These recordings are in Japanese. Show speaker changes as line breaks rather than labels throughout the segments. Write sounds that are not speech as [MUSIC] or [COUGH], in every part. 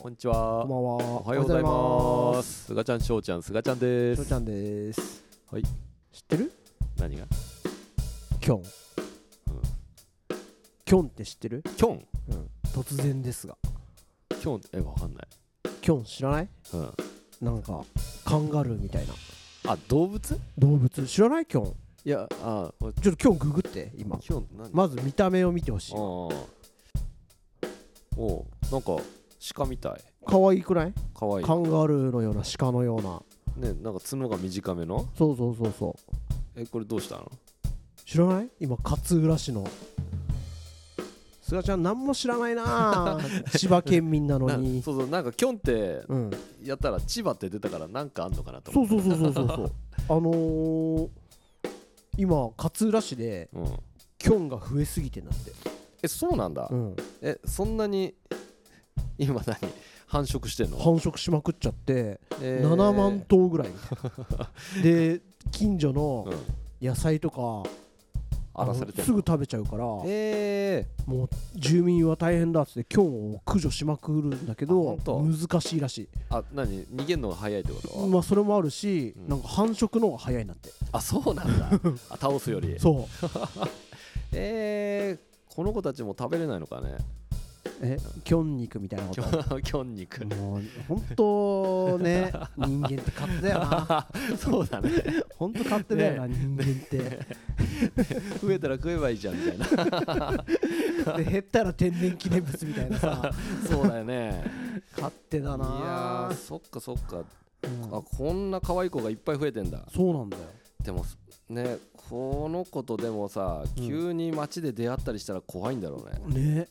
こんにちは。
こんばんは。
おはようございます。すがちゃん、しょうちゃん、すがちゃんで
しょう
す。
ちゃんです。
はい。
知ってる？
何が
キョン。キョンって知ってる？
きょん
突然ですが。
きょんえ、わかんない。
キョン知らない？
うん。
なんかカンガルーみたいな
あ、動物
動物知らないキョン？
いや、あ、俺
ちょっとキョンググって今。
きょん、何
まず見た目を見てほしい
あ。ーおうなんか、鹿みたい。
可愛くない？
かわいい
カ。ンガルーのような鹿のような。
ね、なんか角が短めの
そうそうそうそう。
え、これどうしたの
知らない？今勝浦市の。すがちゃん何も知らないなあ。
[LAUGHS]
千葉県民なの
な
に。
そうそう、なんかきょんって
うん。
やったら千葉って出たからなんかあんのかなと
そ
思
うそうそうそうそうそう
[LAUGHS]
あのー、今勝浦市で
う。うん。
キョンが増えすぎてんだって
え、そうなんだ
う。ん
え、そんなに、今何繁殖してんの
繁殖しまくっちゃって
えー
7万
[LAUGHS]
頭ぐらいみたいなで近所の
うん
野菜とか
荒ら
の
さ
す
れてんの
ぐ食べちゃうからも
え
う住民は大変だっつってキョンを駆除しまくるんだけ
あ
ど
ほん
難しいらしい
えあ何逃げるのが早いってこと、
まあそれもあるし
うん
なんか繁殖の方が早いんだって
あそうなんだあ倒すより
[LAUGHS] そう
[LAUGHS] えー、この子たちも食べれないのかね
えキョン肉みたいなこ
き
と
ょ [LAUGHS] きょん肉
もう本
[LAUGHS]
当ね人間って勝手だよな
そう
[LAUGHS]
だね
本当勝手だよな、人間って、
増えたら食えばいいじゃんみ
[LAUGHS]
たいな
で減ったら天然記念物みたい
[LAUGHS]
なさ
そうだよね
勝手だ
いや
な
ーそっかそっか
うん
あこんな可愛い子がいっぱい増えてんだ
そうなんだよ
でもねこの子とでもさ
うん
急に街で出会ったりしたら怖いんだろうね、
ね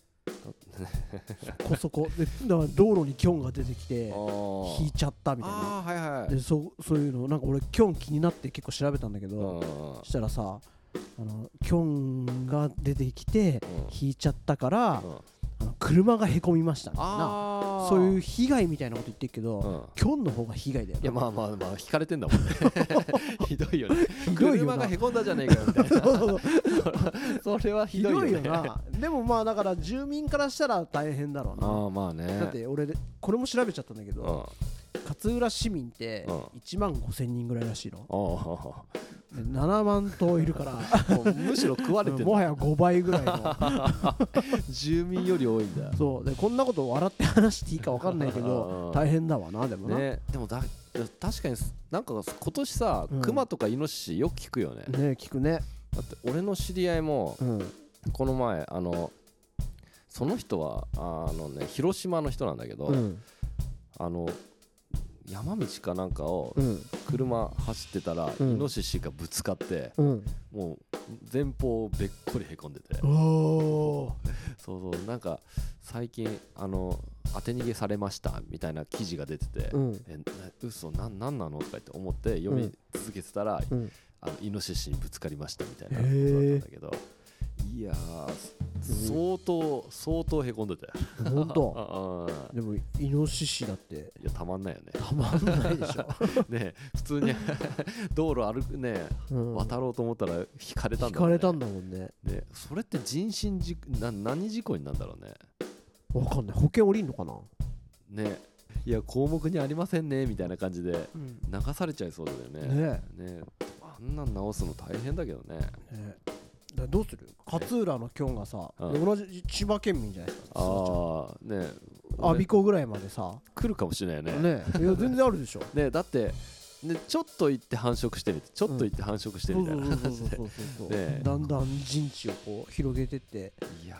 そこそこでだから道路にキョンが出てき
あ
て引
ー
いちゃったみたいな
あーはいはい
でそそういうのなんか俺キョン気になって結構調べたんだけ
うん
ど、
うん
そしたらさあのキョンが出てきて引いちゃったから、
うん
あの車がへこみましたみたいな
あー
そういう被害みたいなこと言ってるけど、
うん
キョンの方が被害だよ
いやまあまあまあ引かれてんだ
[LAUGHS]
もんねひどいよね
ひどいよ
車が
な
へこんだじゃねえかよみたいな
[LAUGHS]
それはひ
ひ
どいよ
ど
ね
いよなでもまあだから住民からしたら大変だろうな
ああまあね
だって俺これも調べちゃったんだけ
うん
ど勝浦市民って
うん
1万5000人ぐらいらしいの
あ
で7万頭いるから
あもうむしろ食われてる
もはや5倍ぐらいの
[LAUGHS] 住民より多いんだ
そうでこんなこと笑って話していいか分かんないけ
う
ど
ん
大変だわなでもなね
ねでもだ確かになんか今年さ
うん
クマとかイノシシよく聞くよね
聞くね
だって俺の知り合いも
うん
この前あのその人はあのね広島の人なんだけど、
うん
あの山道かなんかを
うん
車走ってたら、
うん
イノシシがぶつかって
うん
もう前方べっこりへこんでて
おお
そうそうなんか最近あの当て逃げされましたみたいな記事が出てて、
うん
えな嘘なんなんなのとか言って思って読み続けてたら、
うん
あのイノシシにぶつかりましたみたいな
へ
こ
ー
とだったんだけどいやー相当相当へこんでたよ
本
[LAUGHS] あ
当
ああ
でもイノシシだって
いやたまんないよね [LAUGHS]
たまんないでしょ
ね普通に [LAUGHS] 道路歩くね
うん
渡ろうと思ったら引かれたん
引
だも
か
んね
れたんだもんね
ね、それって人身事故な何事故になるんだろうね
わかんない保険降りんのかな、
ねいや項目にありませんねみたいな感じで流されちゃいそうだよね
ね
ねあんなん直すの大変だけどね
えねえだからどうする勝浦のキョンがさ、
うん
で同じ千葉県民じゃないですか
ああね
阿
俺
鼻子ぐらいまでさ
来るかもしれないよね
ねえいや全然ある
[LAUGHS]
でしょ
ねだってねちょっと行って繁殖してみてちょっと行って繁殖して
そ
み
う
た
そ
いな
うそ
感
う
じ
そ
で
うそうそ
ね
う、
え
だんだん陣地をこう広げてって
いや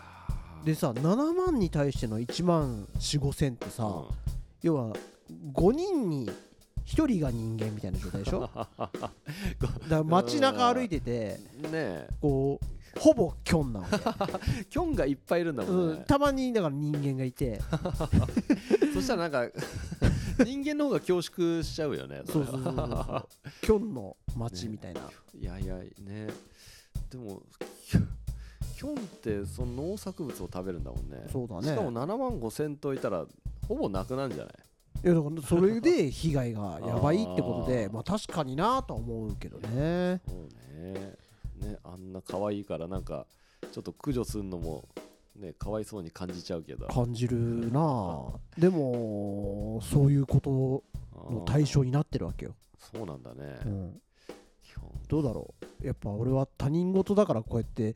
ー
でさ7万に対しての1万4 5千ってさ、
うん
要は5人に1人が人間みたいな状
[LAUGHS]
態でしょだから街中歩いてて
ねえ
こうほぼキョンなわけ
キョンがいっぱいいるんだもん
う
ね
ん、たまにだから人間が
[LAUGHS]
いて
そしたら
[LAUGHS]
なんか人間の方が恐縮しちゃうよねそ
そ
れ
う
は
そうそうそうキョンの街みたいな、
いやいやねでも [LAUGHS] キョキョンってその農作物を食べるんだもんね
そうだね
しかも7万5千頭いたらほぼなくなんじゃない
いやだからそれで被害がやばいってこと
あ
で
ー
まあ確かになとは思うけどね
そうねねあんな可愛いからなんかちょっと駆除するのもねかわいそうに感じちゃうけど
感じるなあでもそういうことの
うん
対象になってるわけよ、
そうなんだね、
うん、
基本
どうだろうやっぱ俺は他人事だからこうやって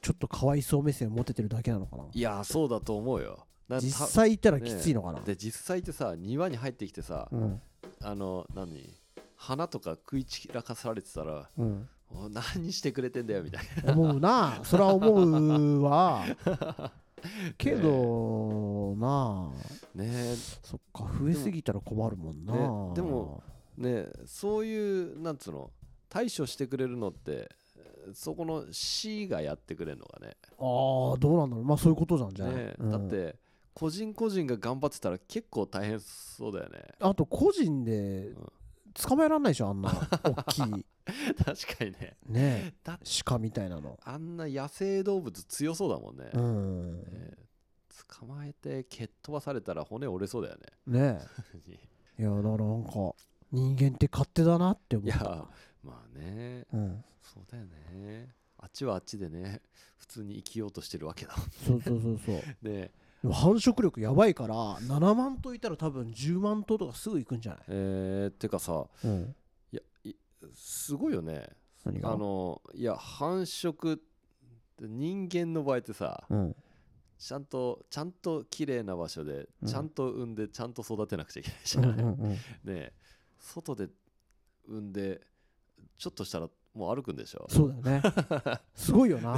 ちょっとかわいそう目線を持ててるだけなのかない
やそうだと思うよだた
実際いたらきついのかな、
で実際ってさ庭に入ってきてさ、
うん
あの何花とか食い散らかされてたら
うん、
お何してくれてんだよみたい
思
[LAUGHS]
うなそれは思うわけどなあ
なね
そっか増えすぎたら困るもんな
ねでもねそういうなんつうの対処してくれるのってえーそこの市がやってくれるのがね
ああどうなんだろうまあそういうことなんじゃない、
ね
うん
だって個人個人が頑張ってたら結構大変そうだよね
あと個人で
ん [LAUGHS]
捕まえられないでしょあんな大きい
確かにね
ね
だって
鹿みたいなの
あんな野生動物強そうだもんね、
うん
ね捕まえて蹴っ飛ばされたら骨折れそうだよ
ね
ね
いやだからなんか人間って勝手だなって
[LAUGHS]
思
い
っ
や
た
まあね
うん、
そうだよねあっちはあっちでね普通に生きようとしてるわけだも
そうそうそうそうん
ね
でも繁殖力やばいから7万頭いたら多分10万頭とかすぐ行くんじゃない、
えー、てかさ
うん、
いやいすごいよね
何が
あのいや繁殖って人間の場合ってさ
うん、
ちゃんとちゃんと綺麗な場所で
うん
ちゃんと産んでちゃんと育てなくちゃいけないじ
う
ゃ
んう
ない、ね
んうん
え外で産んでちょっとしたらもう歩くんでしょ
[LAUGHS] そうだよねすごいよな、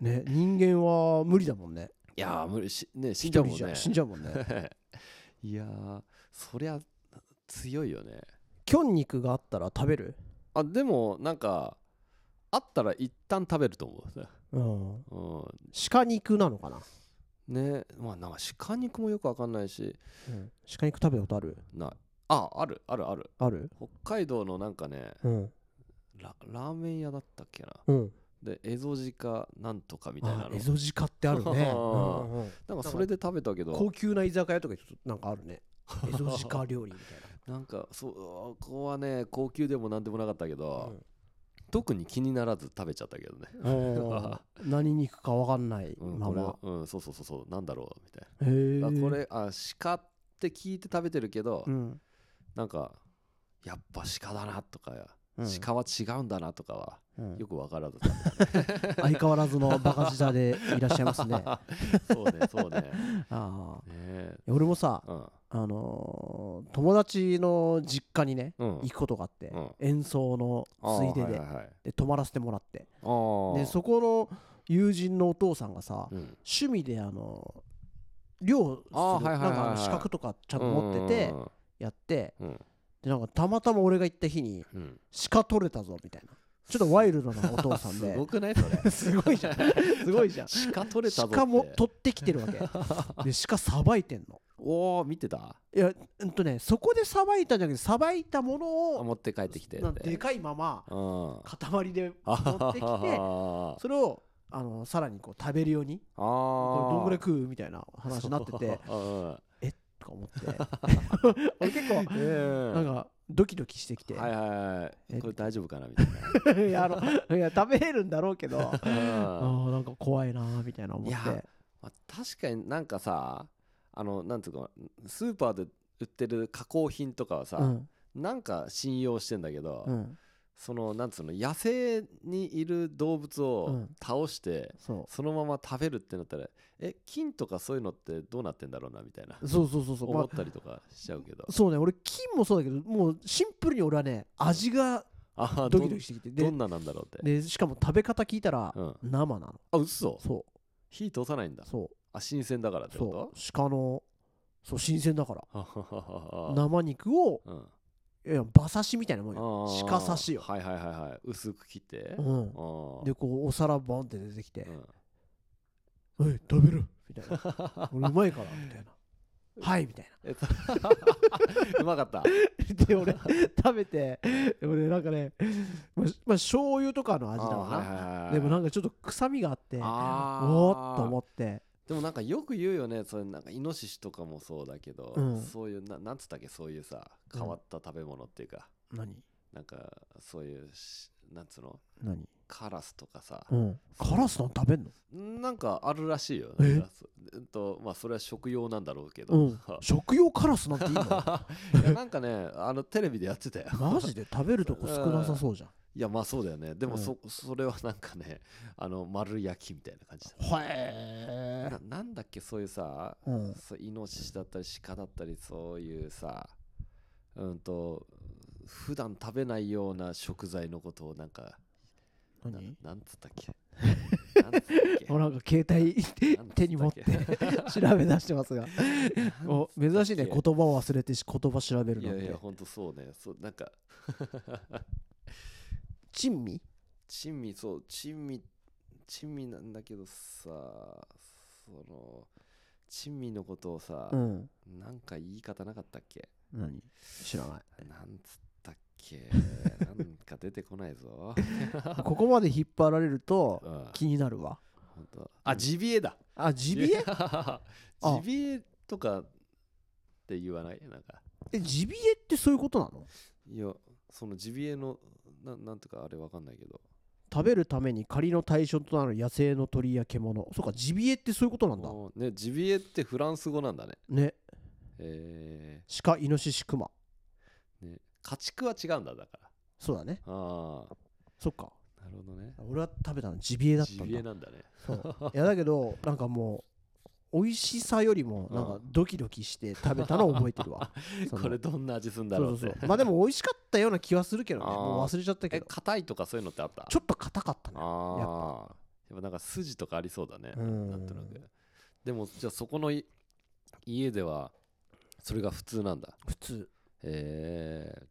ね、人間は無理だもんね
いやー無理しね死
一
んじゃう
人
もん
じゃ
ね [LAUGHS]
死んじゃうもんね
いやーそりゃ強いよね
キョン肉があったら食べる
あでもなんかあったら一旦食べると思
うん
う、うん、
鹿肉なのかな、
ねまあなんか鹿肉もよくわかんないし
鹿肉食べたことある
ないああるあるある
ある
北海道のなんかね
うん
ララーメン屋だったっけな
うん
でエゾジカなんとかみたいな
あ
の
エゾジカって
[LAUGHS]
あるね、
あー
うんうんうん
なんかそれで食べたけど
高級な居酒屋とか行くとなんかある
[LAUGHS]
ねエゾジカ料理みたい
なんかそうここはね高級でもなんでもなかったけ
な
ど、特に気にならず食べちゃったけどね、
うんおー何肉かわかんない
[LAUGHS] うん、
ま
これ
ま
うんそうそうそうそうなんだろうみたい
へえ
な、あこれあ鹿って聞いて食べてるけど、
うん
なんかやっぱ鹿だなとか
うん
鹿は違うんだなとかは
うん
よくわからず
相変わらずのバカ舌でいらっしゃいますねあ
[LAUGHS] そうねそうね
あ
ねえ
俺もさ
うん
あのー友達の実家にね
うん
行くことがあって
うん
演奏のついで
あーはい
で
はいはい
で泊まらせてもらって
あー
でそこの友人のお父さんがさ
うん
趣味であの漁する
あ
なん
ーはいはいはいはい
かあの資格とかちゃんと持っててやって
うんうん
でなんかたまたま俺が行った日に
うんうん
鹿取れたぞみたいなちょっとワイルドなお父さん
す
で
ご [LAUGHS] くないそれ
すごいじゃん [LAUGHS] すごいじゃん
鹿取れたぞって
鹿も取ってきてるわけ [LAUGHS] で鹿さばいてんの
おお見てた
いやうんとねそこでさばいたんじゃなくてさばいたもの
あ
を
持って帰ってきて
な
っ
んで
て
かいまま
うん
塊で
あ
持ってきて
あ
それをあのさらにこう食べるように
あ
これどんぐらい
ー
食うみたいな話になってて [LAUGHS]
そううん
とか思って [LAUGHS] 俺結構
うん
なんかドキドキしてきて、
はいはいはい
え
これ大丈夫かなみたい
[LAUGHS] い、やあのいや食べれるんだろう
[LAUGHS]
けどあ [LAUGHS]
なうん
ーなんか怖いなーみたいな思っ
いや
て
まあ、確かになんかさあのなんつうかスーパーで売ってる加工品とかはさ、
うん
なんか信用してんだけど、
うん
そのなんつうの野生にいる動物
う
を
ん
倒して、
そ
そのまま食べるってなったらえ菌とかそういうのってどうなってんだろうなみたいな
うそうそうそうそう、ま
思
あ
ったりとかしちゃうけど、
そうね俺金もそうだけどもうシンプルに俺はね味が
あー
ドキドキしてきて
どんど
で
んななんだろうって、
でしかも食べ方聞いたら
うん、
生なの
あ嘘
そ
火通さないんだ
うそう
あ新鮮だからって
そ
こ
う鹿のそう新鮮だから
とははははは
生肉を
うん
いや馬刺しみたいなもん
あ
よ
ー
鹿刺しよ、
はいはいはいはい薄く切って、
う
あ
ん、
ー
でこうお皿ボンって出てきて
うん
「はい食べる」みたい
[LAUGHS]
な「俺うまいから」みたいな「はい」みたいな
えっと [LAUGHS] うまかった。
[LAUGHS] で俺食べて俺なんかねまあまあ醤油とかの味だわな、
な
でもなん
か、
んかちょっと臭みがあって
あー
おーっと思って
でもなんかよく言うよね、それなんかイノシシとかもそうだけど、
うん
そういう、ななんつったっけ、そういうさ、
うん
変わった食べ物っていうか、
何
なんかそういうし、なんつうの
何
カラスとかさ
うんカラスなん食べんの
なんかあるらしいよ
え
カラスえっとまあそれは食用なんだろうけど、 [LAUGHS]
うん食用カラスなんていいの [LAUGHS]
いやなんかねあのテレビでやってたよ
マジで食べるとこ少なさそうじゃん
[LAUGHS] いやまあそうだよねでも
うん
そ,、それはなんかねあの丸焼きみたいな感じだ
へ
ななんだっけそういうさ
えうん
そうイノシシだったり鹿だったりそういうさうんと普段食べないような食材のことをなんかな
何
なんつったっ
[LAUGHS]
けなんつったっけ
あなんか携帯
なんつったっけ
手に持って [LAUGHS] 調べ出してますがお珍しいね言葉を忘れてし言葉調べる
い
の
や
っ
いや
て
ほんとそうねそうなんか
珍味
珍味そう珍味珍味なんだけどさその珍味のことをさ、
うん
なんか言い方なかったっけ
何知らない
なんつったっけなんか出てこないぞ。
[LAUGHS] ここまで引っ張られる [LAUGHS] と
うん、
気になるわ
ほんとあ、ジビエだ。
あジビ
[LAUGHS]
エ
ジビエとかって言わないなんか。
えジビエってそういうことなの
いや、そのジビエの、ななんとかあれわかんないけど。
食べるために仮の対象となる野生の鳥や獣そうかジビエってそういうことなんだ
おーね、ジビエってフランス語なんだね。
ね
え
鹿イノシシクマ
ー、ね家畜は違うんだ、だから。
そうだね
あ
そっか
あ、なるほどね。
俺は食べたのジビエだった
ジ
ん
ビ
だ
エなんだね。
そういやだけどなんかもう美味しさよりもなんか
う
ドキドキして食べたのを覚えて
[LAUGHS]
るわその
これどんな味すんだ
そう
ろ
そうう
って。
そうまあでも美味しかったような気はするけどね
あー
もう忘れちゃったけ
え、
ど
硬いとかそういうのってあった
ちょっと硬かったねやっ
ああやっぱなんか筋とかありそうだね
うん
なんとなくでもじゃあそこのい家ではそれが普通なんだ
普通
へえ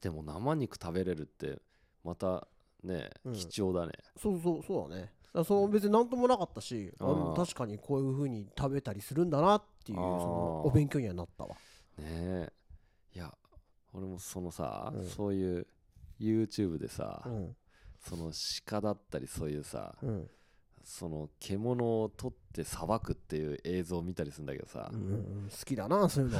でも生肉食べれるってまたね
うん
貴重だね
そうそうそうだねだからその別に何ともなかったしあ
あー
確かにこういう風に食べたりするんだなっていうそ
あー
のお勉強にはなったわ
ねえいや俺もそのさ
うん
そういう YouTube でさ
うん
その鹿だったりそういうさ
うん
その獣を取ってさばくっていう映像を見たりするんだけどさ
うんうん好きだなそうい
[LAUGHS]
うの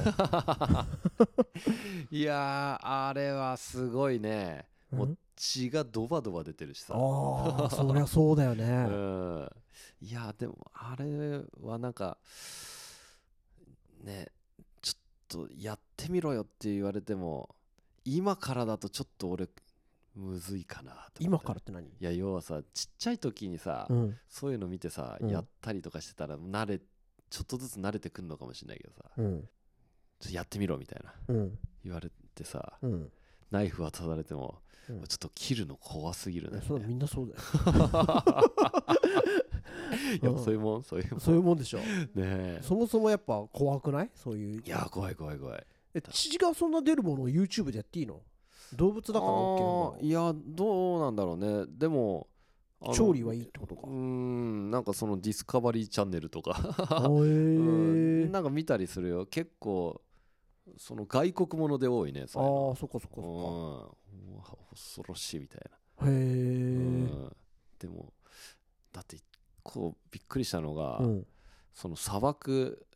いやーあれはすごいねもう
うん
血がドバドバ出てるしさ
ああそりゃそうだよね
うんいやーでもあれはなんかねちょっとやってみろよって言われても今からだとちょっと俺むずいかなと思
今
って
からって何
いや要はさちっちゃい時にさ、
うん
そういうの見てさ、
うん
やったりとかしてたら慣れちょっとずつ慣れてくんのかもしれないけどさ
うん
ちょっとやってみろみたいな
うん
言われてさ
うん
ナイフ渡されても、
うん
ちょっと切るの怖すぎるね。
そうだみんなそうだよ
やっぱそう [LAUGHS] いうもんそういうもん
[LAUGHS] そういうもんで [LAUGHS] しょ
ねえ。
そもそもやっぱ怖くないそういう
いやー怖い怖い怖い。
え血がそんな出るものを YouTube でやっていいの動物だから OK
あーいやどうなんだろうねでもあの
なの調理はいいってこと
う
か
ーんなんかそのディスカバリーチャンネルとか、[LAUGHS] う
へ
ん
ー
なんか見たりするよ結構その外国もので多いね
あ
そ
あ
ういうの
ーそっかそっかそっ
うんうわ恐ろしいみたいな。
かへ
う
え
んでもだってこうびっくりしたのが、
うん
その砂漠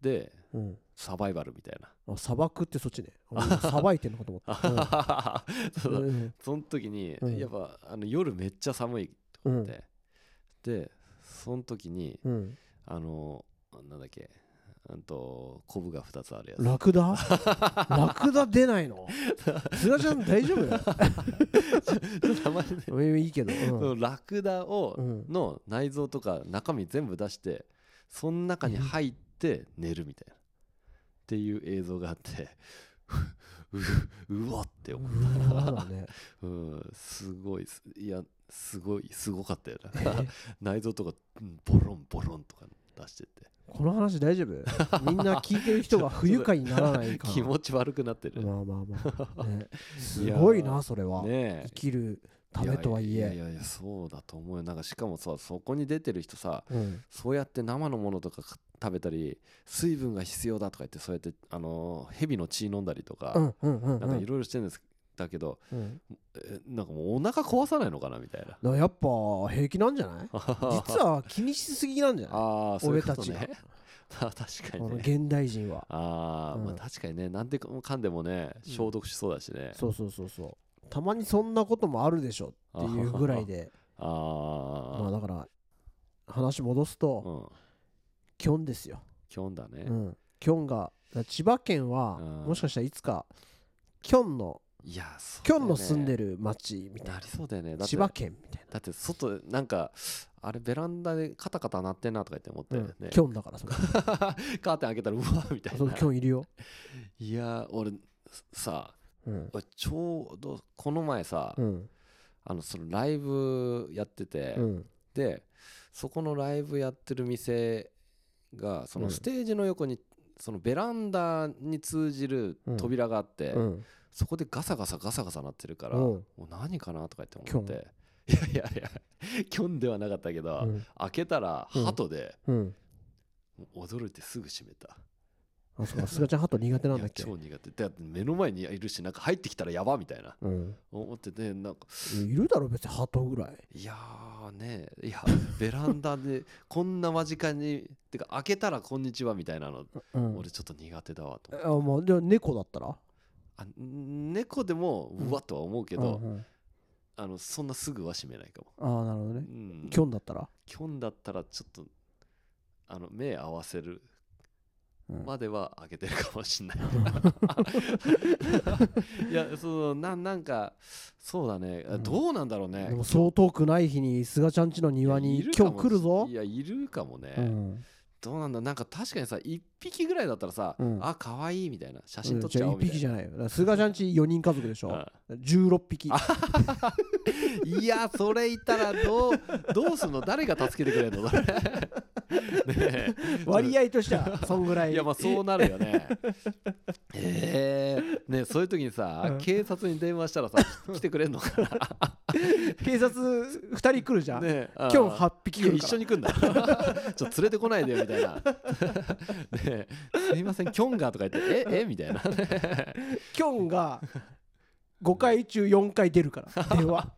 で
うん
サバイバルみたいな、
あ砂漠ってそっちね俺さばいてんのかと思 [LAUGHS] った
そう [LAUGHS] の
ん
その時に、
うん
やっぱあの夜めっちゃ寒いって
う
思っ
ん
て、でその時に
うん
あのなんだっけうんとコブが2つあるやつ
ラク [LAUGHS] ダラクダ出ないのズラちゃん大丈夫 [LAUGHS]
名前ね
うんいいけど
そ
うん
のラクダを、
うん
の内臓とか中身全部出してその中に入って寝るみたいなっていう映像があって [LAUGHS] うううわって思った
うわだね
うん、すごいすいやすごいすごかったよ
[LAUGHS]
な内臓とかうんボロンボロンとか出してて
[LAUGHS] この話大丈
[LAUGHS]
夫みんな聞いてる人が不愉快にならないか
気持ち悪くなってる、
まあまあま
[LAUGHS]
あ、ね、す
いやー
ごいなそれは、
ねえ
生きるためとはいえ
いやいやいやそうだと思うよなんかしかもさそこに出てる人さ
うん
そうやって生のものとかか食べたり水分が必要だとか言ってそうやってあのー蛇の血飲んだりとか、
うんうんうんう
なんかい
ん
ろいろしてるんですだけど
うん
えなんかもうお腹壊さないのかなみたいな
だからやっぱ平気なんじ
[LAUGHS]
ゃない実は気にしすぎなんじゃない
ああそういうことね
俺
[LAUGHS] あ確か
こ
に
の
ね
現代人は
あー、
うん
まあ確かにねなんでもかんでもね
うん
消毒しそうだしね、
そうそうそうそたまにそんなこともあるでしょっていうぐらいで
あ
まあ
あ
だから話戻すと、
うん
キョンですよ、
キョンだね、
うん、キョンがだから千葉県は
うん
もしかしたらいつかキョンの
いやそう
キ
だよ
ョ
ね
ンの住んでる町みたい
なりそうだよねだ
な
って
千葉県みたい
だって外なんかあれベランダでカタカタ鳴ってんなとか言って思ったよ
な、
ね、
うん、キョンだからそれ
カーテン開けたらうわみたい
そう
な
キョンいるよ、
いや俺さ
うん
俺ちょうどこの前さ、
うん
あのそのライブやってて、
うん
でそこのライブやってる店がそうの
ん
ステージの横に、そのベランダに通じる扉があって、
うん
そこでガサガサガサガサ鳴ってるから、
うん
もう何かなとか言って思っていやいやいやキョンではなかったけど、
うん
開けたら
うん
鳩で、
うん
もう驚いてすぐ閉めた
あそうかすがちゃんハト苦手なんだっけ
いや超苦手だって目の前にいるしなんか入ってきたらやばみたいな
うん、
思っててなんか
いるだろ別にハトぐらい
いやーねい
[LAUGHS]
やベランダでこんな間近にてか開けたら「こんにちは」みたいなの
うん
俺ちょっと苦手だわと思って
あまあじゃあ猫だったら
あ猫でも
うん
うわっとは思うけ
う
ど
んうん
あのそんなすぐは閉めないかも
ああなるほど
う
ね
ん
キョンだったら
キョンだったらちょっとあの目合わせる
うん
までは開けてるかもしんないいやそのななんかそうだね、あ
うん
どうなんだろうね
でもそう遠くない日に菅ちゃん家の庭
い
に
やいか
今
も
日来るぞ
いやいるかもね、
うん
どうなんだなんか確かにさ1匹ぐらいだったらさ、
うん
あ可愛いみたいな写
う
真
ん
撮っ
じ
ち
ゃ
ゃ
あ
お
1
うみた
匹
い
じ
な、
ゃないよだから菅ちゃん家4人家族でしょ16匹
うんいやそれいたらどうどうすんの誰が助けてくれるの
[LAUGHS]
それねえ
割合としてはそんぐらい
いやまあそうなるよねええねそういう時にさ、
うん
警察に電話したらさ来てくれんのか
警察2人来るじゃ、
なん
[LAUGHS]
ね今
今日8匹来るから
一緒に来んだ [LAUGHS] ちょっと連れてこないでよみたいな [LAUGHS] ねえすいませんキョンガとか言ってええみたいな [LAUGHS]
キョンが5回中4回出るから電話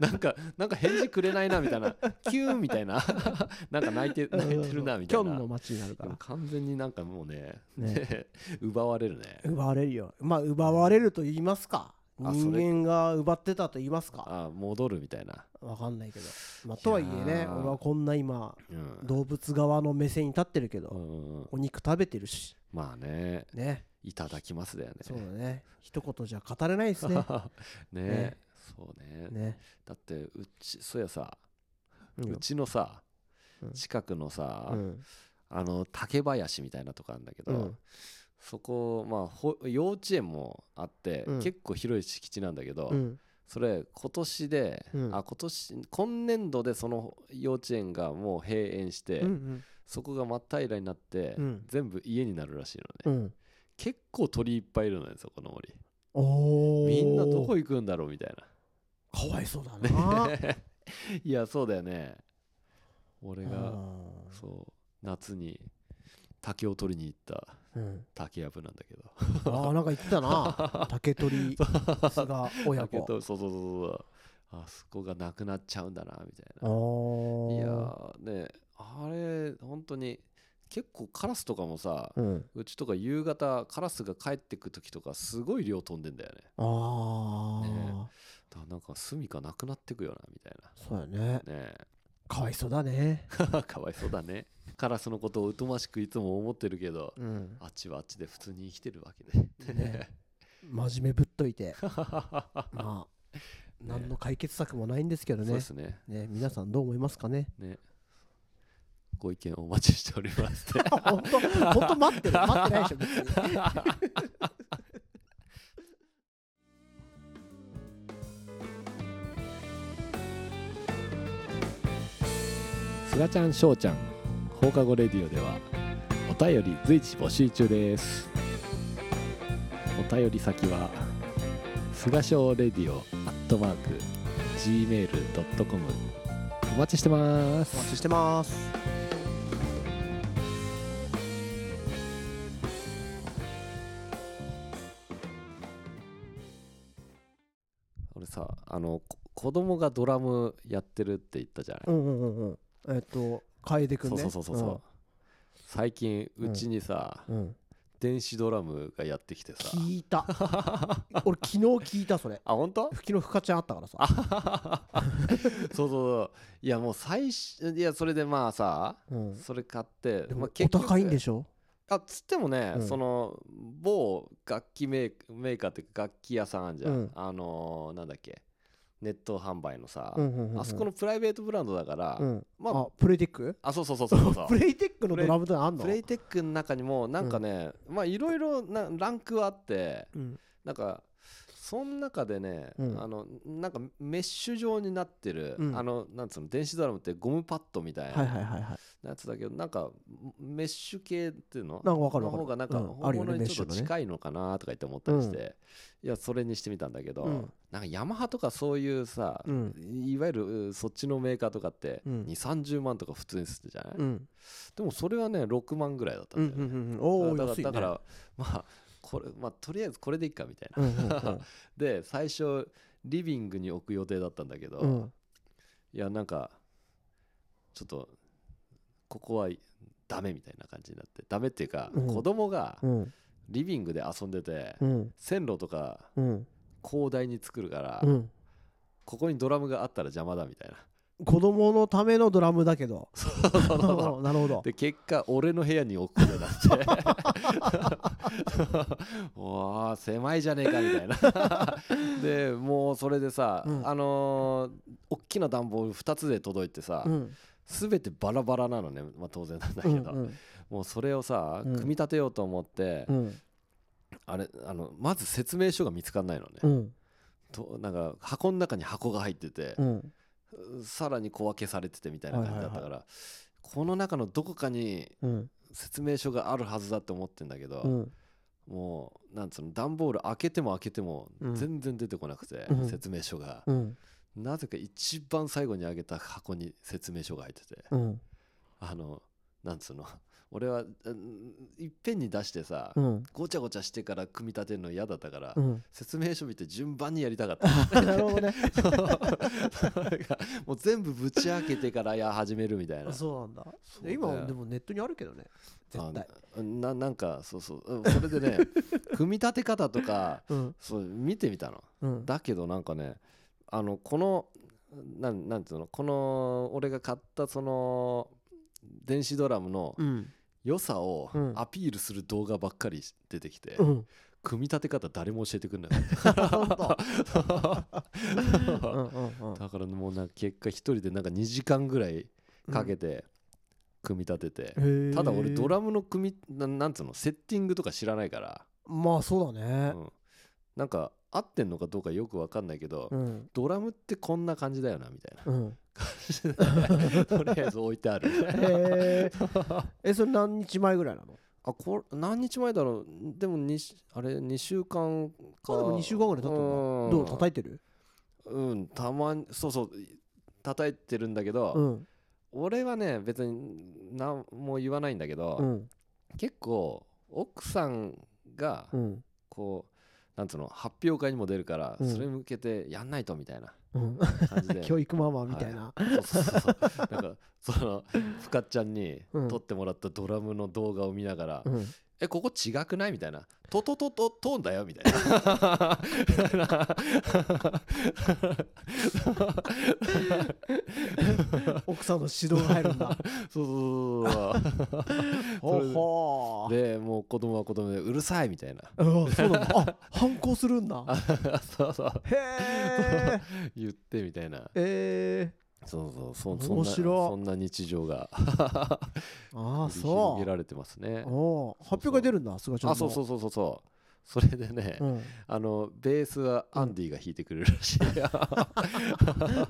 なんかなんか返事くれないなみたいなキューンみたいな [LAUGHS] なんか泣いて [LAUGHS] 泣いてるなみたい
キョン
な
の街になるから
完全になんかもうね
ね
ね [LAUGHS] 奪われるね
奪われるよまあ奪われると言いますか
あそ
人
れ
間が奪ってたと言いますか
あ戻るみたいな、
わかんないけどまあとはいえ
い
ね
やー
俺はこんな今
うん
動物側の目線に立ってるけ
うん
ど
うんうん
お肉食べてるし
まあね
ね
いただきますだよね
そうだね一言じゃ語れないです
[LAUGHS]
ね
ね
ね
そうね [LAUGHS]
ね
だってうちそうやさ
うん
うちのさ
うん
近くのさ、
うん
あの竹林みたいなとこあるんだけど、
うん
そこまあほ幼稚園もあって、
うん
結構広い敷地なんだけど、
うん
それ今年で、
うん
あ今年今年度でその幼稚園がもう閉園して、
うん
そこが真っ平らになって、
うん
全部家になるらしいのね、
うん
結構鳥いっぱいいるのよそこの森
おー
みんなどこ行くんだろうみたいな
かわいそうだ
[LAUGHS]
な
いやそうだよね俺
う
が
ん
そう夏に竹を取りに行った
うん
竹やぶなんだけど
ああなんか言って
[LAUGHS]
たな竹取菅親
竹
子
とそうそうそうそうあそこがなくなっちゃうんだなみたい
あ
な
ー
いやーねあれ本当に結構カラスとかもさ
うん
うちとか夕方カラスが帰ってく時とかすごい量飛んでんだよね
あ
ね
あ
だからなんか住処なくなってくよなみたい
そうだね
なねえ [LAUGHS]
かわいそうだね
かわいそうだねカラスのことを疎ましくいつも思ってるけど
うん
あっちはあっちで普通に生きてるわけで [LAUGHS]
ね真面目ぶっといて
そ
まあ何の解決策もないんですけど
うで
ね
すね
ね皆さんどう思いますかね
ねご意見お待ちしておりますって
本当本当待ってる待ってないでしょ別に
すがちゃんしょうちゃん放課後レディオではお便り随時募集中ですお便り先はすがしょうレディオアットマーク gmail.com お待ちしてま
お待
す
ちしてます
俺さあのこ子供がドラムやってるって言ったじゃない、
うんうんうんうんえっと楓くん
そう
ね
そうそうそうそう、最近うちにさ、
うんうん
電子ドラムがやってきてさ
聞いた俺昨日聞いたそれ
あ本当
昨日ふかちゃんあったからさ
あははははそうそうそういやもう最初いやそれでまあさ
うん
それ買って
で
まあ
もお
結局
高いんでしょ
あつってもね、
うん
その某楽器メーカーメーカーっていうか楽器屋さんあんじゃん、
うん
あのーなんだっけネット販売のさ、
うんうんうんうん
あそこのプライベートブランドだから、
うん
まあ
あプレイテック
あそうそうそうそうそう
[LAUGHS] プレイテックのドラムってあんの
プレイテックの中にもなんかね、まあいろいろなランクはあって
うん
なんかその中でね、
うん
あのなんかメッシュ状になってる、
うん
あのなんつうの電子ドラムってゴムパッドみたい
はい
な
はいはいはい
やつだけど、なんかメッシュ系っていうの
なんかわかる
の
わ
方
かる
がなんか
うん
本
あるよ
物
ね
に
メッ
ち
シ
ょ
ュ
っ
の
と
ね
近いのかなとか言って思ったりして、いやそれにしてみたんだけど、
うん
なんかヤマハとかそういうさ、
うん
いわゆるそっちのメーカーとかって
うん
2 3 0万とか普通にするじゃない、
うん
でもそれはね6万ぐらいだった
うんん
だよね、
うんうんおお
だか
安い
らだ
ね
から、まあこれまあとりあえずこれでいいかみたいな
うん
[LAUGHS]
うん
で最初リビングに置く予定だったんだけど、
うんうん
いやなんかちょっとここはいダメみたいな感じになってダメっていうか、
うん
子供が
うん
リビングで遊んでて、
うん
線路とか
うん
広大に作るから、
うん
ここにドラムがあったら邪魔だみ
[LAUGHS]
たいな
子供のためのドラムだけどなるほど
で結果俺の部屋に置くことになって [LAUGHS] おー狭いじゃねえかみたいな [LAUGHS] でもうそれでさ、
うん
あのー、大きな段ボール2つで届いてさ、
うん
全てバラバラなのね、まあ、当然なんだけど、
うん
もうそれをさ
うん
組み立てようと思って、
うん
あれあのまず説明書が見つかんないのね、
うん
となんか箱の中に箱が入ってて、
うん
さらに小分けされててみたいな感じだったから、
はい
この中のどこかに
うん
説明書があるはずだって思ってんだけど、
うん
もうなんつうの段ボール開けても開けても
うん
全然出てこなくて、
うん
説明書が、
うん
なぜか一番最後に開けた箱に説明書が入ってて、
うん
あのなんつうの俺はうんいっぺんに出してさ、
うん
ごちゃごちゃしてから組み立てるの嫌だったから、
うん
説明書見て順番にやりたか
[LAUGHS]
った
なるほどね
もう全部ぶち開けてからいや始めるみたいな
そうなんだ
そう
今
ね
でもネットにあるけどね絶対
あななんかそうそううんそれでね組み立て方とか
うん
そう見てみたの
うん
だけどなんかねあのこのなんなんていうのこの俺が買ったその電子ドラムの
うん
良さを
うん
アピールする動画ばっかり出てきて、
うん
組み立て方誰も教えてくれなかっ
本当
た
うんうんうん
[LAUGHS] だからもうなんか結果一人でなんか2時間ぐらいかけて組み立てて、
へー
ただ俺ドラムの組みななんつうのセッティングとか知らないから、
まあそうだ
う
ね
ん、なんか合ってんのかどうかよく分かんないけど、
うん
ドラムってこんな感じだよなみたいな
[LAUGHS] うん
感じでとりあえず置いてあるみたいな
へーえそれ何日前ぐらいなの
あこれ何日前だろうでもにあれ2週間か
あでも2週間ぐらい経ったんだ
うん
どう叩いてる
うんたまにそうそう叩いてるんだけど、
うん
俺はね別に何も言わないんだけど、
うん
結構奥さんが
うん
こうなんつうの発表会にも出るから、
うん
それに向けてやんないとみたいな
うん
感
[LAUGHS]
じで
教育ママみたいな
そうそうそうそうなんかそのふかっちゃんに
うん
撮ってもらったドラムの動画を見ながら「
うん
えここ違くない?」みたいな「トトトトトーンだよ」み
[LAUGHS]
たいな
奥さんの指導が入るんだ
そうそうそう
ほ
そう
ほ
そう
う
でもう子供は子供で「うるさい」みたいな
うんそうなん [LAUGHS] だあ反抗するんだ
そうそう
へ [LAUGHS] え
言ってみたいな
え
そうそうそうそん
面
な
白い
そんな日常が
ー、ああ
繰り広
そ
げ
う
られてますね
おー発表会出るんだ菅ちゃん
あそうそううそうそうそうそれでね、
うん、
あのベースはアンディが弾いてくれるらしい、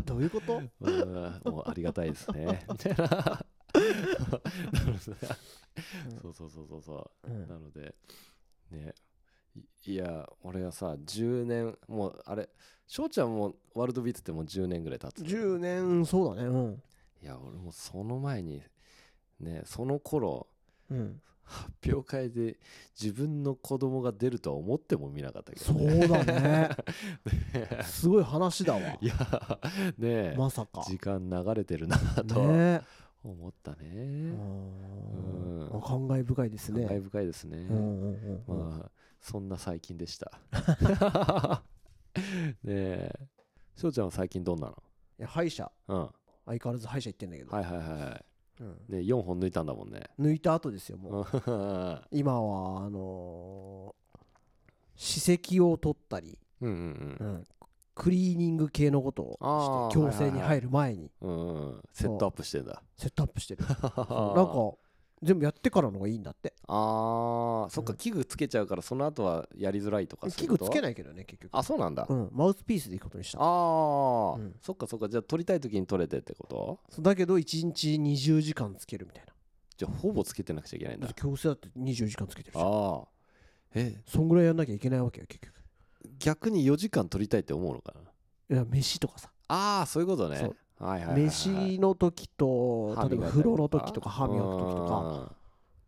どういうこと
うんもうありがたいですねみたいななるほどねそうそうそうそうそううんなのでねいいや俺はさ10年もうあれ翔ちゃんもワールドビーツってもう10年ぐらい経つ
10年そうだねうん
いや俺もその前にねその頃
うん、
発表会で自分の子供が出るとは思っても見なかったけど
そ
ね
うだねすごい話だわ
いやねえ
まさか
時間流れてるなと
ね
思った
あ
ね。
ー
うん
あ感慨深いです
感
ね
慨深いですね。
うんうんうんうん
まあそんな最近でした。 [LAUGHS] ねえ、翔ちゃんは最近どんなの？
いや歯医者
うん。は
相変わらず歯医者行ってんだけ
い
ど、
はいはいはい。
うん
ね4本抜いたんだもんね。
抜いた後ですよもう
うんうん
今はあのー歯石を取ったり、
うんうん。
クリーニング系のことを
あー
して矯正に入る前に
うんうん、セットアップしてんだ。
セットアップしてる
なんか
そうなんか全部やってからのがいいんだって
[LAUGHS] あーそっ
う
か器具つけちゃうからその後はやりづらいとか
器具つけ
い
ないけどね結局
あそうなんだ、
うんマウスピースでいくことにした
あー、
うん
そっかそっかじゃあ取りたい時に取れてってこと
そうだけど1日20時間つけるみたい
じゃあほぼつけてなくちゃいけないん
な
だ
矯正だって20時間つけてる
あ
し
ーえ
そんぐらいやんなきゃいけないわけよ結局
逆に4時間取りたいって思うのかない
や飯とかさ
ああそういうこと
そ
ね
う
はいはいはい、はい、
飯の時と
歯磨いた
例
り
えば風呂の時とか歯磨く時とか
うん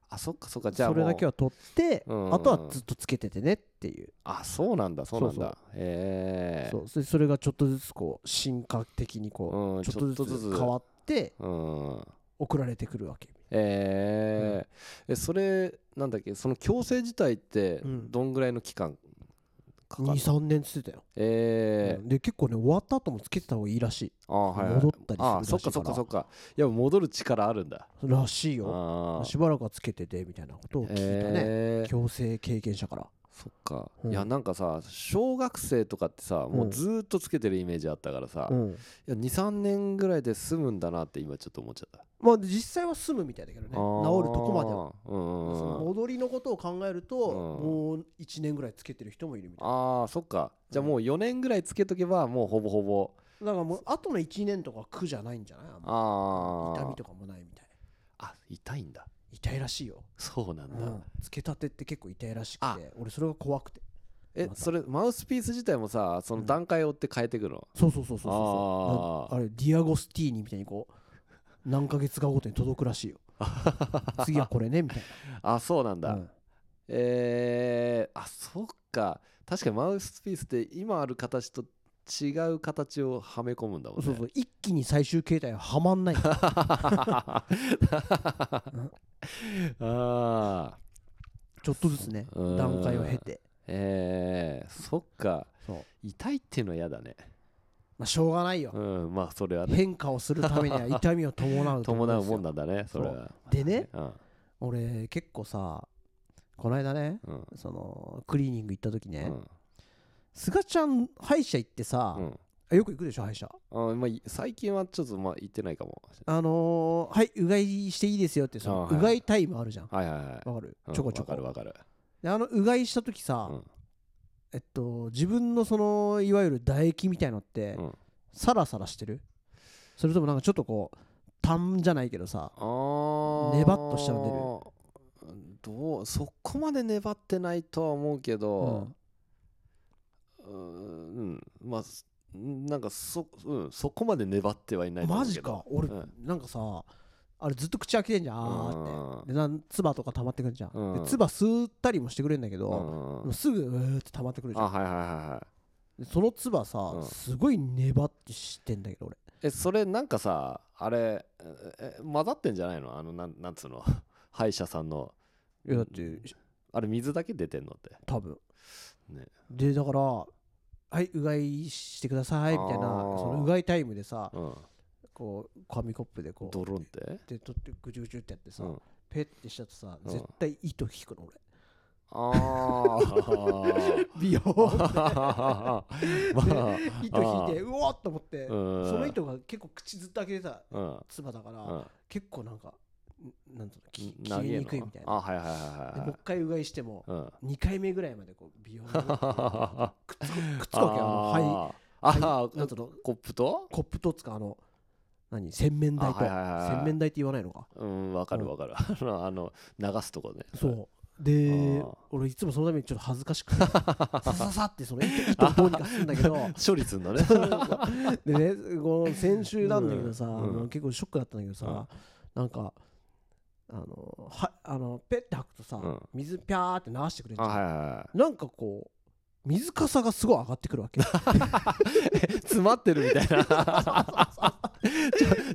あそっかそっかじゃあ
それだけ
は
は取って
うん
あとはずっとつけててねっていう
あそうなんだそうなんだへえ
そうそれそれがちょっとずつこう進化的にこ
う
うんちょっとずつ変わって
うん
送られてくるわけ
えーえそれなんだっけその矯正自体って
うん
どんぐらいの期間かかる、
23年つってたよ、
え
う
ー
んで結構ね終わった後もつけてた方がいいらしい
あーはいはい
戻ったりする
あー
らしい
そっかそっ
か
からそっかいや戻る力あるんだ
らしいよ
あー
しばらくはつけててみたいなことを聞いたね、
えー
強制経験者から
そっか、
うん
いやなんかさ小学生とかってさもうずーっとつけてるイメージあったからさ、い
ん
や23年ぐらいで済むんだなって今ちょっと思っちゃった、
まあ実際は済むみたいだけどね
あー
治るとこまではその
うんうん
戻りのことを考えると、
うん
もう1年ぐらいつけてる人もいるみたい
あーそっかじゃあもう4年ぐらいつけとけばもうほぼほぼ
なだからもうあとの1年とかは苦じゃないんじゃないあんま
あー
痛みとかもないみたい
あ痛いんだ
痛いらしいよ、
そうなんだ、
うんつけたてって結構痛いらし
あ
くて俺それが怖くて
え
また
それマウスピース自体もさその段階を追って変えてくの、
そうそうそうそうそう
あ
そう
ー
なあれディアゴスティーニみたいにこう何ヶ月かごとに届く
[LAUGHS]
らしいよ次はこれねみたい
あそうなんだ、
な、うん
えー、あそっか確かにマウスピースって今ある形と違う形をはめ込むんだもんね
そうそう一気に最終形態ははまんない
[LAUGHS] ああ
ちょっとずつね
うん
段階を経て
えー、そっか
そう
痛いっていうのは嫌だね
まあしょうがないよ
うんまあそれはね
変化をするためには痛みを伴うと
[LAUGHS]
思
伴う
ですよ
もんなんだねそれは
でね
うん
俺結構さこの間ね
うん
そのクリーニング行った時
う
ね、
ん
すがちゃん歯医者行ってさ
う、ん
あよく行くでしょ歯医者
あまあ、い最近はちょっとまあ行ってないかもしれ
あのー、はいうがいしていいですよってそ
あ
の
はいう
がいタイムあるじゃん
ない。はいはいはい。
わかる
うん
ちょこちょ
わかる
こ
わかる。
であのうがいした時
う
さ
ん
えっと自分のそのいわゆる唾液みたいのって
うん
サラサラしてるそれともなんかちょっとこうたんじゃないけどさ
あー
ネバッとしたの
どうそこまで粘ってないとは思うけど、うーん、まあすなんかそ,、うん、そこまで粘ってはいないと思う
マ
け
ジ
ど
か俺
うん
なんかさあれずっと口開けてんじゃんあーってでなん唾とか溜まってくるじゃん
うん
で唾吸ったりもしてくれるんだけ
う
ど
ん
もうすぐうーって溜まってくるじゃ
あ
ん
はいはいはいはい
でその唾さ
うん
すごい粘ってしてんだけど俺
えそれなんかさあれええ混ざってんじゃないのあのなんなんつうの [LAUGHS] 歯医者さんの
いやだって
あれ水だけ出てんのって
多分
ね
でだから「はいうがいしてください」みたいな
あー
そのうがいタイムでさ
うん
こう紙コップでこう
ドロンって
で取ってぐちゅぐちゅってやってさ、
うん
ペッてしちゃってさ、
うん
絶対糸引くの俺
あ
[LAUGHS]
ー
美容
まあ
糸引いてうおーっと思って、
うん
その糸が結構口ずっと開けてた
うんうん
唾だから、
うん
結構なんかんなんつうのき
長
消
え
え
の
にくいみたいな
あはいはいはい
で
はい
もう一回うがいしても、
はいうん
2回目ぐらいまでこう美容
[LAUGHS]
にくっつくくっつくわけよあの
あー
肺
あ
肺な
ー
んつうの
コップと
コップとつかあの何洗面台と、
あはいはいはいはい
洗面台って言わないのか
うんわかるわかるあの [LAUGHS] あの流すとこね
そうで
あー
俺いつもそのためにちょっと恥ずかし
[LAUGHS]
くてささささってその糸糸をどうにかするんだけど
処理すんのね
でねこの先週なんだけどさ、
うん
もう結構ショックだったんだけどさ、なんかあのはあのペッて吐くとさ、
うん
水ピャーって流してくれる
[LAUGHS]
じ
あ
ゃん
はいはいは
なんかこう
[LAUGHS]
水かさがすごい上がってくるわけ
い詰まってるみたいな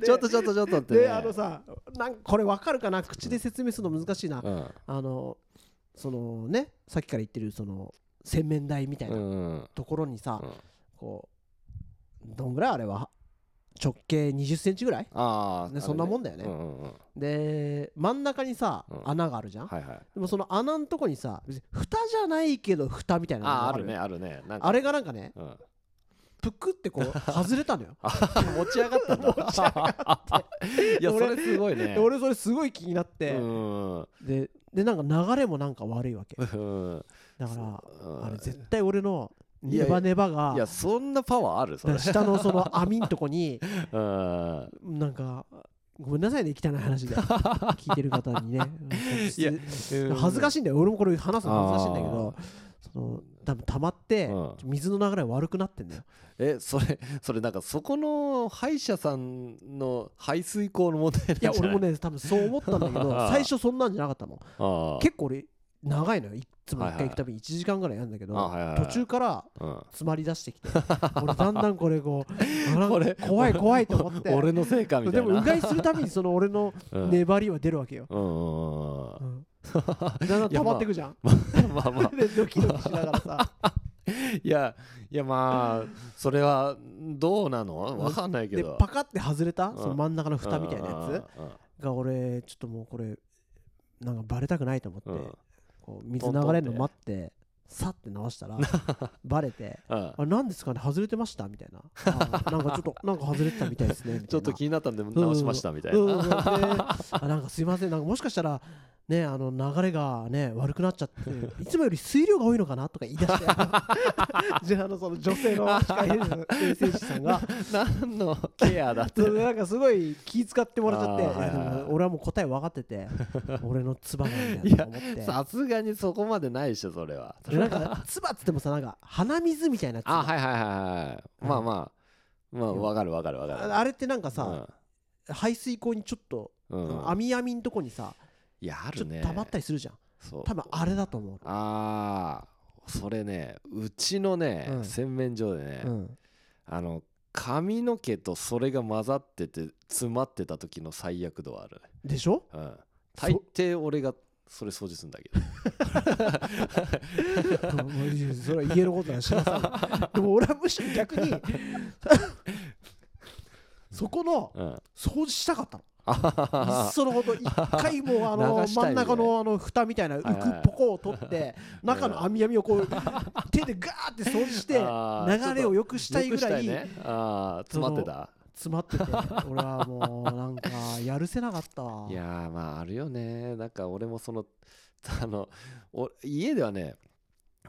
で
ちょっとちょっとちょっとって、ね、
であのさなんこれ分かるかな口で説明するの難しいな、
うん
あのそのねさっきから言ってるその洗面台みたいな
うん
ところにさ、
うん
こうどんぐらいあれは直径2 0センチぐらい
ああ、
ねそんなもんだよ
ね
ね、
うんうんうん
で真ん中にさ、
うん
穴があるじゃん、
はいはい
でもその穴のとこにさ別に蓋じゃないけど蓋みたいなの
あ
が
ああるねあるねなんか
あれがなんかね
うん [LAUGHS]
プクってこう外れたのよ
持ち上がったんだ持ち上がっていやそ
俺
れすごい [LAUGHS] ね
で俺それすごい気になって、
うんうん
ででなんか流れもなんか悪いわけ
うん
だから
うん
あれ絶対俺の
い
ネ
やいや
バネバが
いやそんなパワーあるそれ
だから下のその網んとこに
うん
なんかごめんなさいね汚い
[LAUGHS]
話で聞いてる方にね
いや
うん恥ずか
しい
しいんだよ俺もこれ話すの恥ずかしいんだけどその多分溜まって
うん
水の流れ悪くなってんだよ
えそれそれなんかそこの歯医者さんの排水口の問題なん
い
じゃ
や
ない
俺もね多分そう思ったん
[LAUGHS]
だけど最初そんなんじゃなかったもん
あー
結構俺長いのよいつも一回行くたびに1時間ぐらいやるんだけど
あはいはいはい
途中から
うん
詰まり
[LAUGHS]
出してきて俺だんだんこれこうあら
これ
怖い怖いと思って
俺のせいかみたい
で
な
もうがいするたびにその俺の
うん
粘りは出るわけよ、
うんうんうんうん
うん
[LAUGHS]
だんだん溜まってくじゃん、
まあまあ
[LAUGHS] でドキドキしながらさ
いやいやまあそれはどうなの [LAUGHS] わかんないけ
で
ど
パカって外れた、
ん
その真ん中の蓋みたいなや
つ
つが俺ちょっともうこれなんかバレたくないと思って、
うん
こう水流れるの待ってさって直した
[LAUGHS]
らバレて
うん
「あ何ですかね外れてました?」みたいな「あなんかちょっとなんか外れてたみたいですね」みたい
[LAUGHS]
な
ちょっと気になったんで直しましたみたい
うんうんう
なん
であなんかすいませんなんかもしかしたらねあの流れがね悪くなっちゃっていつもより水量が多いのかなとか言い出して [LAUGHS] じゃああのその女性の歯科衛生士さんが
何のケアだっ
そ
て
れでなんかすごい気遣ってもらっちゃって、
あーはいはいはい
いやでも俺はもう答え分かっ
[LAUGHS]
てて俺の唾なんだよと思って
さすがにそこまでないでしょそれは
でなんか唾っつってもさなんか鼻水みたいな唾
あはいはいはいはいまあまあまあわかるわかるわかる
ああれってなんかさ、排水口にちょっと、
うんうん
網網んとこにさ
いやあ
ちょ
る
っと
ね
溜まったりするじゃん
そう
多分あれだと思う
ああそれねうちのね
うん
洗面所でね
うん
あの髪の毛とそれが混ざってて詰まってた時の最悪度はあるね
でしょ
うん大抵俺がそれ掃除するんだけど
うんいやそれは家のことは知らさいでも俺はむしろ逆にそこの
うん
掃除したかったの
あはは
いっ
は
そのこと一回もうあの
流した
真
いね
ん中のあの蓋みたいな浮
はいはい
くポコを取って中の網網をこう手でガーって掃除して
あー
流れを良くしたいぐらい
よくしたね
詰
あー詰まってた
まってて俺はもうなんかやるせなかったわ
いやーまああるよねなんか俺もその [LAUGHS] あのお家ではね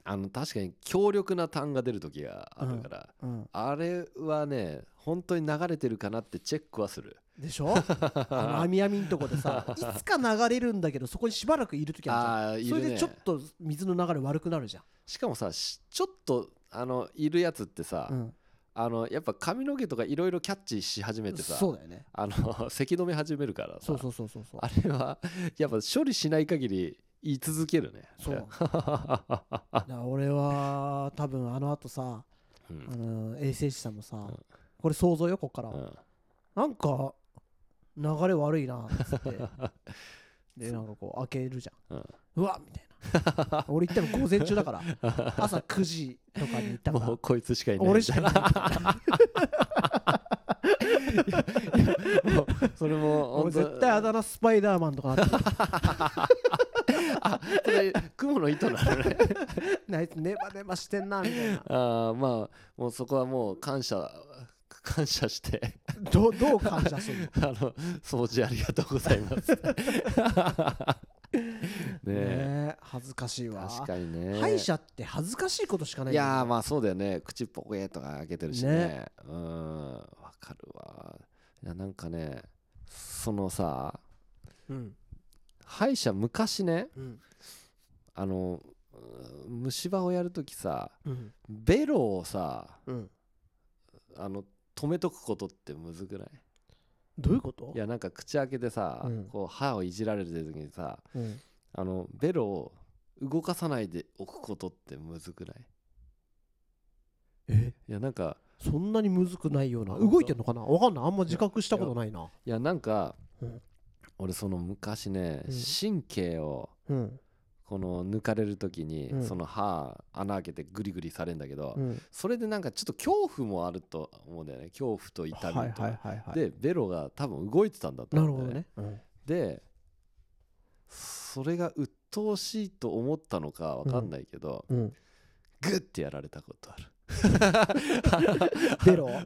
あの確かに強力な痰が出る時があるから、
うん
あれはね本当に流れてるかなってチェックはする
でしょあの網網んとこで
[LAUGHS]
さいつか流れるんだけどそこにしばらくいる時あるじゃん
ああーいる
それ
ね
でちょっと水の流れ悪くなるじゃん。
しかもさしちょっとあのいるやつってさ、
うん
あのやっぱ髪の毛とかいろいろキャッチし始めてさ
そうだよね。
あの咳止め始めるからさ
そうそうそうそうそう。
あれはやっぱ処理しない限り言い続けるね
そう。だから俺は多分あの後さ、
うん
あの衛生士さんもさ、
ん
これ想像よこっから、
うん
なんか流れ悪いなっつって [LAUGHS] でなんかこう開けるじゃん。
うん
うわみたいな。俺行ったの午前中だから朝9時とかに行ったから
もう。こいつしかいない
俺しかいない。
もうそれも
俺絶対あだ名スパイダーマンとかなってる [LAUGHS]
それ雲の糸なのね
あいつネバネバしてんなみたいな。
[LAUGHS] ああまあもうそこはもう感謝 [LAUGHS] 感謝して
どうどう感謝するの
あの掃除ありがとうござい
[LAUGHS]
ますね
ね
え
え恥ずかしいわ
確かにね
歯医者って恥ずかしいことしかない
い
んだよ
やーまあそうだよね口ポケとか開けてるしね
ね
うーんわかるわいやなんかねそのさ
うん
歯医者昔ね
うん
あのうー虫歯をやるときさ
うん
ベロをさ
うん
あの止めとくことってむずくない
どういうこと
いやなんか口開けてさ、
うん
こう歯をいじられてる時にさ
うん
あのベロを動かさないでおくことってむずくない
え
いやなんか
そんなにむずくないような動いてんのかなわかんないあんま自覚したことないない
やなんか、
うん
俺その昔ね、
うん
神経を
うん
この抜かれる時に、
うん
その歯穴開けてグリグリされるんだけど、
うん
それでなんかちょっと恐怖もあると思うんだよね恐怖と痛みと、
はいはいはいはい
でベロが多分動いてたんだと
な
思
る
うん
ほ
だ
ど
よ
ねうん
でそれが鬱陶しいと思ったのかわかんないけど、
うん
グッてやられたことある [LAUGHS]
ベロ
あ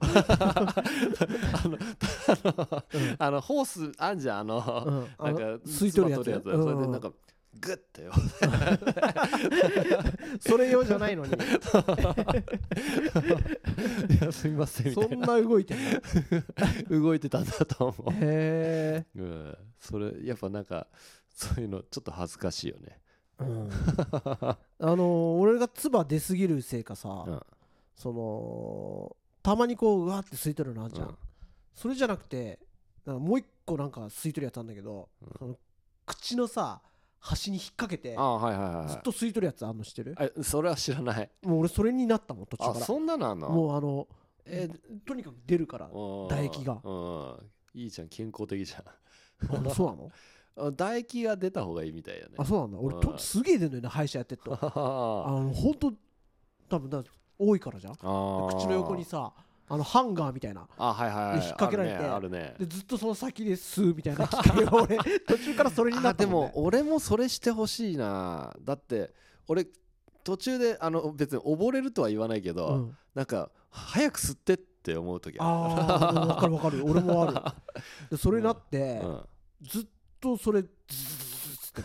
のあの
うん
あのホースあんじゃんあ
う
の、
んあの
なんか
吸い取るやつ
唾取
うん
それでなんかグッ
[LAUGHS]
てよ
それ用じゃない
[LAUGHS]
のに
いやすいませんみた
そ
い
ん
な
な動いてんの
動いてたんだと思
へ
う、うん、それやっぱなんかそういうのちょっと恥ずかしいよね
え、うん、あのー俺が唾出すぎるせいかさ、
うん
そのたまにこううわーって吸い取るのあんじゃん、
うん
それじゃなくてなんかもう一個なんか吸い取るやつあんだけど、
うん
その口のさ端に引っ掛けて
あはいはいはい
ずっ
は
と吸い取るやつあんのしてる
いあそれは知らない
もう俺それになったもん途中
あ
から
そんなのあんの
もうあの
え
とにかく出るから
うん
唾液が
うんいいじゃん健康的じゃん [LAUGHS]
あそうなの
あ唾液が出た方がいいみたいよね
あそうなんだ俺
うん
とすげえ出るのよね歯医者やってるとあ
[LAUGHS] あ
のほんと多分だ多いからじゃんで
ー
口の横にさあのハンガーみたいな
あはいはいはい
で引っ掛けられて
あるねあ
で
るね
ずっとその先で吸うみた
[LAUGHS]
いなきっかけが俺途中からそれにな
あ
った
で
もん、
も
ね、
俺もそれしてほしいなだって俺途中であの別に溺れるとは言わないけど、
うん
なんか早く吸ってって思う時あ
ああ分かる分かる俺もあるでそれなって、
る、 [LAUGHS] うん、
ずっとそれずっと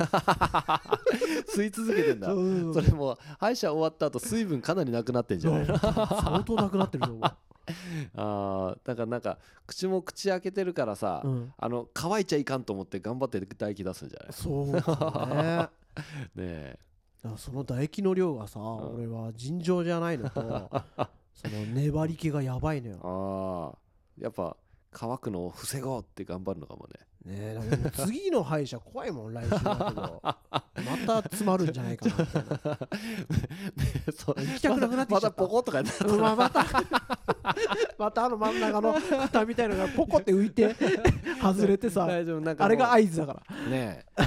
吸い続けてんだそれも歯医者終わった後水分かなりなくなってんじゃないの
相当なくなってると思
あーだからなんか口も口開けてるからさ、[LAUGHS]
う、うん、
あの乾いちゃいかんと思って頑張って唾液出すんじゃない
そうかもね
ねえ
だからその唾液の量がさ、
ん
俺は尋常じゃないの
[LAUGHS]
とその粘り気がやばいのよ、
ああやっぱ乾くのを防ごうって頑張るのかもね
ねえ、だからもう次の歯医者怖いもん来週だけどまた詰まるんじ
[LAUGHS]
ゃないかなみたいな
そう
行きたくなくなってき
ま
ち
たまた
ゃった
ポコとか
[LAUGHS]
になった
うんまあまたまたあの真ん中の蓋みたいのがポコって浮いて外れてさ
大丈夫なんかも
あ
う
れが合図だから
ねえ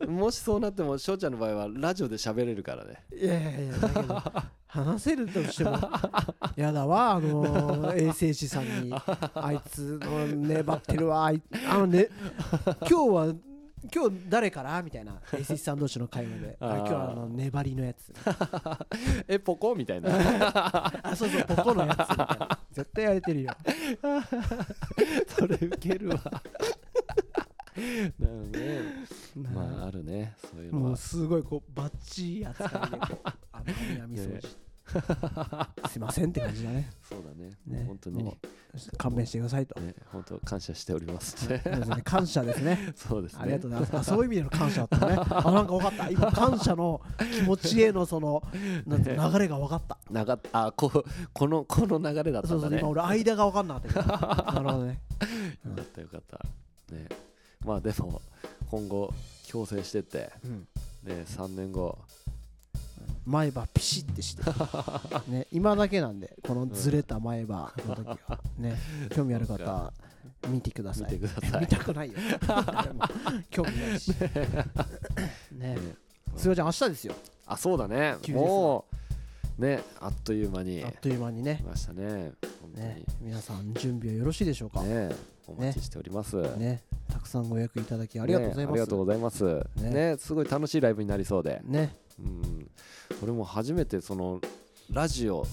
でももしそうなっても翔ちゃんの場合はラジオで喋れる
[LAUGHS]
からね
いやいやいやだ
[LAUGHS]
けど話せるとしてもやだわあの
[LAUGHS]
ー衛生士さんにあいつの粘ってるわあいあのね今日は今日誰からみたいな衛生士さん同士の会話で
[LAUGHS]
あ
あー
今日はあの粘りのやつ
えポコみたいな
あそうそうポコのやつみたいな絶対やれてるよ
[LAUGHS] それウケるわなるね
[LAUGHS]
まああるねそういうの
も
は
うすごいこうバッチリ扱いでこうあ南掃除
[LAUGHS]
すいませんって感じだね
そうだね
ね
もう本当に
もう勘弁してくださいと、
ね本当感謝しております
[LAUGHS]
ね
そうですね感謝ですね
そうですね
ありがとうございます。あそういう意味での感謝だったね。あなんか分かった。今感謝の気持ちへのそのなんていうの流れが分かった。
ながあここのこの流れだった
そ
ん
う
だ
そう、
ね
今俺間が分かんなかったけど。なるほどね。
よかったよかったねまあでも今後強制してって
うん、
ね3年後
前歯ピシッてして。ね今だけなんでこのずれた前歯の時はね興味ある方見てくだ
見
さ
て
い。
く
[LAUGHS]
ださ
見
い
たくないよ。でも興味ないし。ね。すいません明日ですよ。
あそうだね
急ですな
もうねあっという間に
あっという間に
来
ね。
ましたね本当に
ね皆さん準備はよろしいでしょうか。ね
ねお待ちしております
たくさんご予約いただきありがとうござい
ねあ
ま
り
す
がとう。ございます
ね
ねすごい楽しいライブになりそうで
ね。
うん俺も初めてそのラジオ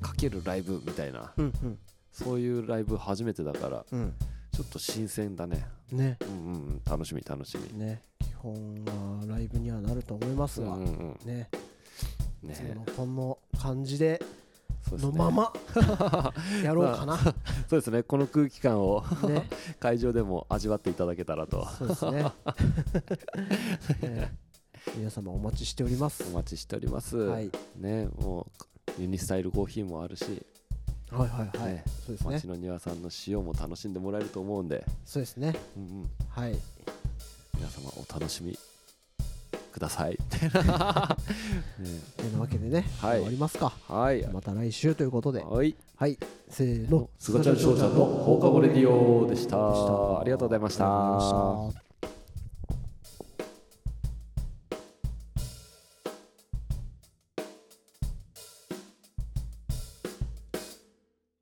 かけるライブみたいな
うんうん。
そういうライブ初めてだから
うん、
ちょっと新鮮だね
ね
うんうん楽しみ楽しみ
ね基本はライブにはなると思いますが、
うんうん
ね
うん、ね
いつものこの感じで
そうです
の
ね [LAUGHS]
ままやろうかな、
そうですねこの空気感を [LAUGHS]
ね
会場でも味わっていただけたらと
そうですねね皆様お待ちしております
お待ちしております、
はい、
ねもうユニスタイルコーヒーもあるし、
はいはいはい、
ね
そうですね
町の庭さんの塩も楽しんでもらえると思うんで、
そうですね
うんうん、
はい
皆様お楽しみくださいみたいなね
てなわけでね、
はい
終わりますか
はい
また来週ということで
はい
はいせーの
すがちゃんしょうちゃんの放課後レディオでしたありがとうございました
ありがとうございました